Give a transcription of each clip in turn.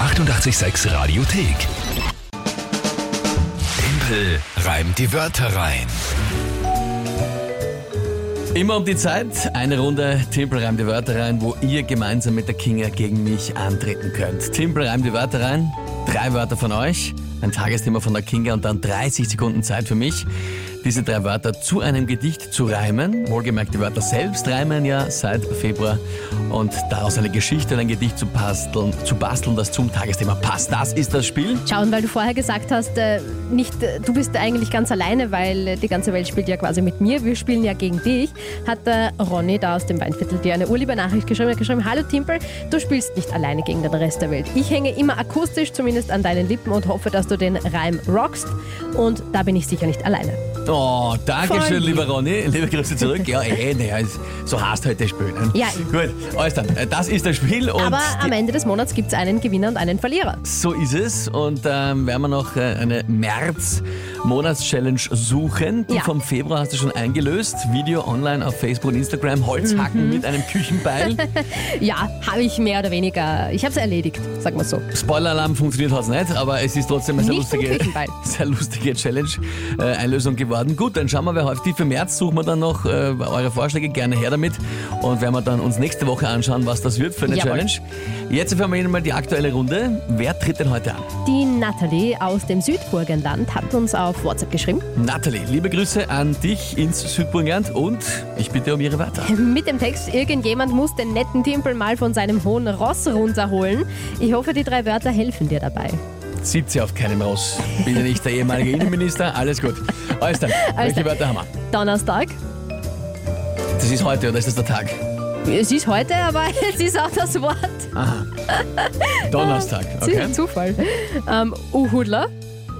886 Radiothek. Tempel reimt die Wörter rein. Immer um die Zeit, eine Runde Timpel reimt die Wörter rein, wo ihr gemeinsam mit der Kinga gegen mich antreten könnt. Timpel reimt die Wörter rein, drei Wörter von euch, ein Tagesthema von der Kinga und dann 30 Sekunden Zeit für mich, diese drei Wörter zu einem Gedicht zu reimen. Wohlgemerkt, die Wörter selbst reimen ja seit Februar und daraus eine Geschichte und ein Gedicht zu basteln, zu basteln, das zum Tagesthema passt. Das ist das Spiel. Schauen, weil du vorher gesagt hast, äh, nicht, äh, du bist eigentlich ganz alleine, weil äh, die ganze Welt spielt ja quasi mit mir. Wir spielen ja gegen dich. Hat äh, Ronny da aus dem Weinviertel dir eine urliebe Nachricht geschrieben. Er hat geschrieben, hallo Timpel, du spielst nicht alleine gegen den Rest der Welt. Ich hänge immer akustisch zumindest an deinen Lippen und hoffe, dass du den Reim rockst. Und da bin ich sicher nicht alleine. Oh, Voll Dankeschön, lieb. lieber Ronny. Liebe Grüße zurück. Ja, eh, naja, so hast heute das Spiel. Ne? Ja. Gut, alles dann. äh, Das ist das Spiel und Aber die- am Ende des Monats gibt es einen Gewinner und einen Verlierer. so ist es. Und ähm, werden wir noch äh, eine März-Monats-Challenge suchen. Die Ja. vom Februar hast du schon eingelöst. Video online auf Facebook und Instagram. Mhm. Holzhacken mit einem Küchenbeil. Ja, habe ich mehr oder weniger. Ich habe es erledigt, sagen wir so. Spoiler-Alarm funktioniert heute nicht, aber es ist trotzdem eine sehr Nicht vom lustige, Küchenbeil. sehr lustige Challenge-Einlösung geworden. Gut, dann schauen wir, wer häuft die für März. Suchen wir dann noch äh, eure Vorschläge gerne her damit und werden wir dann uns nächste Woche anschauen, was das wird für eine Jawohl. Challenge. Jetzt hören wir Ihnen mal die aktuelle Runde. Wer tritt denn heute an? Die Nathalie aus dem Südburgenland hat uns auf WhatsApp geschrieben. Natalie, liebe Grüße an dich ins Südburgenland und ich bitte um Ihre Wörter. Mit dem Text, irgendjemand muss den netten Timpel mal von seinem hohen Ross runterholen. Ich hoffe, die drei Wörter helfen dir dabei. Sieht sie auf keinem Ross. Bin ja nicht der ehemalige Innenminister, alles gut. Alles dann, welche dann. Wörter haben wir? Donnerstag. Das ist heute oder ist das der Tag? Äh, Es ist heute, aber es ist auch das Wort. Donnerstag, Ah, okay. Zufall. Ähm, Uhudler.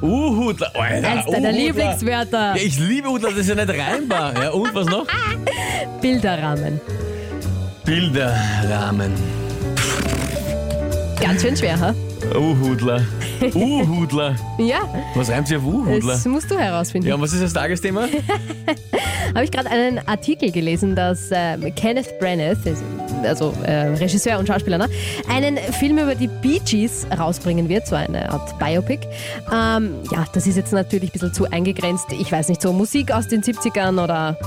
Uhudler, Alter, Eins deiner Uhudler. Ja, Lieblingswörter. ich liebe Uhudler, das ist ja nicht reinbar. Ja, und was noch? Bilderrahmen. Bilderrahmen. Ganz schön schwer, ha? Uhudler. Uhudler. Ja, Was reimt sich auf Uhudler? das musst du herausfinden. Ja, und was ist das Tagesthema? Habe ich gerade einen Artikel gelesen, dass ähm, Kenneth Branagh, also äh, Regisseur und Schauspieler, ne, einen Film über die Bee Gees rausbringen wird, so eine Art Biopic. Ähm, ja, das ist jetzt natürlich ein bisschen zu eingegrenzt. Ich weiß nicht, so Musik aus den 70ern oder.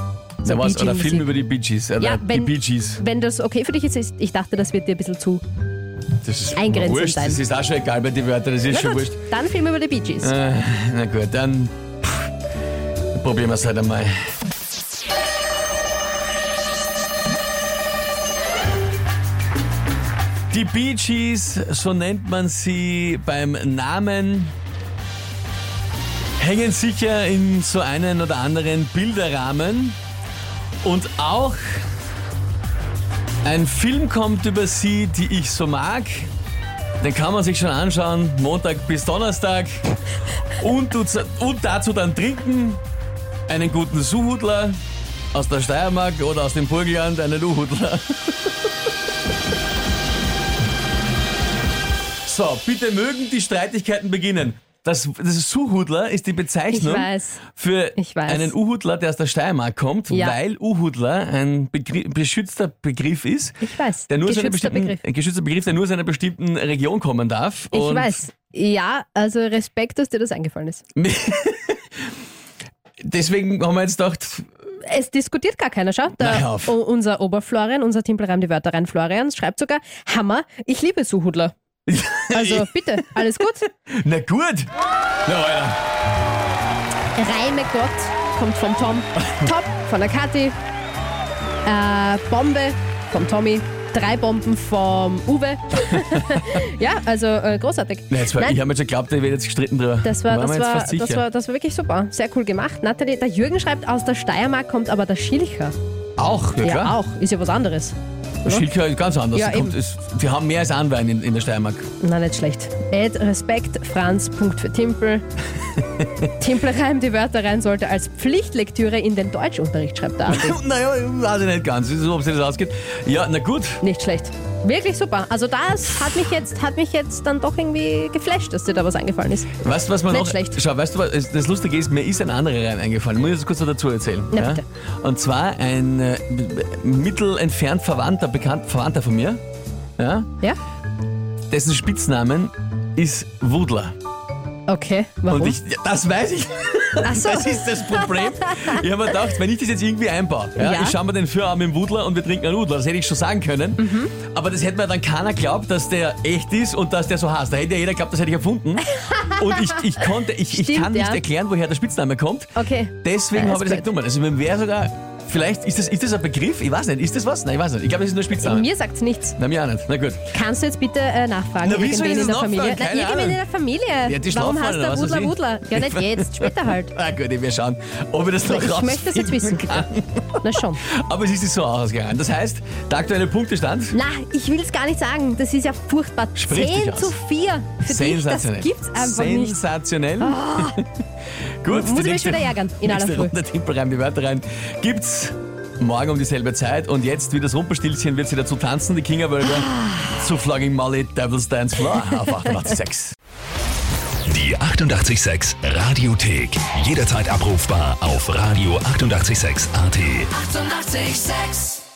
So Na was, Bee oder Gees Film Musik. über die Bee Gees. Oder Ja, die wenn- Bee Gees. Wenn das okay für dich ist, ist ich dachte, das wird dir ein bisschen zu. Das ist Eingrenzen wurscht. sein. Das ist auch schon egal bei den Wörtern, das ist Na schon gut, wurscht. dann Film über die Bee Gees. Äh, na gut, dann pff, probieren wir es halt einmal. Die Bee Gees, so nennt man sie beim Namen, hängen sicher in so einen oder anderen Bilderrahmen und auch ein Film kommt über sie, die ich so mag. Den kann man sich schon anschauen, Montag bis Donnerstag. Und, du- und dazu dann trinken einen guten Suhudler aus der Steiermark oder aus dem Burgenland, einen Uhudler. So, bitte mögen die Streitigkeiten beginnen. Das, das Suhudler ist die Bezeichnung Ich weiß. für Ich weiß. einen Uhudler, der aus der Steiermark kommt, Ja. weil Uhudler ein Begri beschützter Begriff ist. Ich weiß. Der nur aus einer Geschützter bestimmten- Begriff. Ein geschützter Begriff, der nur aus einer bestimmten Region kommen darf. Ich Und weiß. Ja, also Respekt, dass dir das eingefallen ist. Deswegen haben wir jetzt gedacht, Es diskutiert gar keiner. Schaut, Na, hör da, auf. u- unser Oberflorian, unser Timpelreim, die Wörter rein, Florian, schreibt sogar, Hammer, ich liebe Suhudler. Also bitte, alles gut. na gut. Na, Alter. Reime Gott kommt vom Tom. Top von der Kathi. Äh, Bombe vom Tommy. Drei Bomben vom Uwe. ja, also äh, großartig. Na, jetzt war, Nein. ich habe mir schon geglaubt, ihr werdet jetzt gestritten drüber. Das war, Waren das, wir jetzt war, fast sicher. das, war, das war wirklich super. Sehr cool gemacht. Nathalie, der Jürgen schreibt, aus der Steiermark kommt aber der Schilcher. auch, ja, Ja, klar. auch. Ist ja was anderes. Auch. Schilke ist ganz anders. Ja, Die kommt, eben. ist, wir haben mehr als Anwein in, in der Steiermark. Na, nicht schlecht. Ad Respekt, Franz, Punkt für Timpel. Timpel reimt die Wörter rein, sollte als Pflichtlektüre in den Deutschunterricht, schreibt er. naja, weiß ich nicht ganz, so, ob sich das ausgeht. Ja, na gut. Nicht schlecht. Wirklich super. Also das hat mich jetzt, hat mich jetzt dann doch irgendwie geflasht, dass dir da was eingefallen ist. Weißt du, was man Nicht noch. schlecht. Schau, weißt du, was das Lustige ist? Mir ist ein anderer rein eingefallen. Muss ich das kurz noch dazu erzählen? Na bitte. Und zwar ein äh, mittelentfernt verwandter, bekannt, Verwandter von mir, ja, Ja? dessen Spitznamen ist Wudler. Okay, warum? Und ich, ja, das weiß ich. Ach so. Das ist das Problem. Ich habe mir gedacht, wenn ich das jetzt irgendwie einbaue, ja, Ja. ich schaue mir den Führerarm im Wudler und wir trinken einen Wudler, das hätte ich schon sagen können. Mhm. Aber das hätte mir dann keiner geglaubt, dass der echt ist und dass der so heißt. Da hätte ja jeder geglaubt, das hätte ich erfunden. Und ich, ich konnte, ich, ich Stimmt, kann nicht ja. erklären, woher der Spitzname kommt. Okay. Deswegen Ja, habe ich ist gesagt, du mal, also wenn wer sogar, vielleicht ist das, ist das ein Begriff? Ich weiß nicht, ist das was? Nein, ich weiß nicht. Ich glaube, das ist nur Spitzname. Mir sagt es nichts. Na, mir auch nicht. Na gut. Kannst du jetzt bitte äh, nachfragen? Na, wieso Irgendwen ist in es der Familie? nachfragen? Na, Keine irgendwen in der Familie. Ja, die Warum schlafen heißt oder der was Wudler weiß also ich? Wudler? Ja, nicht jetzt, später halt. Na gut, ich werde schauen, ob wir das noch Ich möchte das rausfinden jetzt wissen, bitte. kann. Na schon. Aber es ist nicht so ausgegangen. Das heißt, der aktuelle Punktestand Na, ich will es gar nicht sagen. Das ist ja furchtbar. Sprich dich 10 aus. zu 4 für dich. Das sensationell. gibt's einfach nicht. Ah. Sensationell. Gut, Muss ich mich die wieder ärgern, in aller nächste Früh. Runde Timpel rein, die Wörter rein. Gibt's morgen um dieselbe Zeit und jetzt wie das Rumpelstilzchen wird sie dazu tanzen, die Kingerwölbe Ah. zu Flogging Molly Devil's Dance Floor auf 886. Die 886 Radiothek. Jederzeit abrufbar auf radio886.at. 886! 886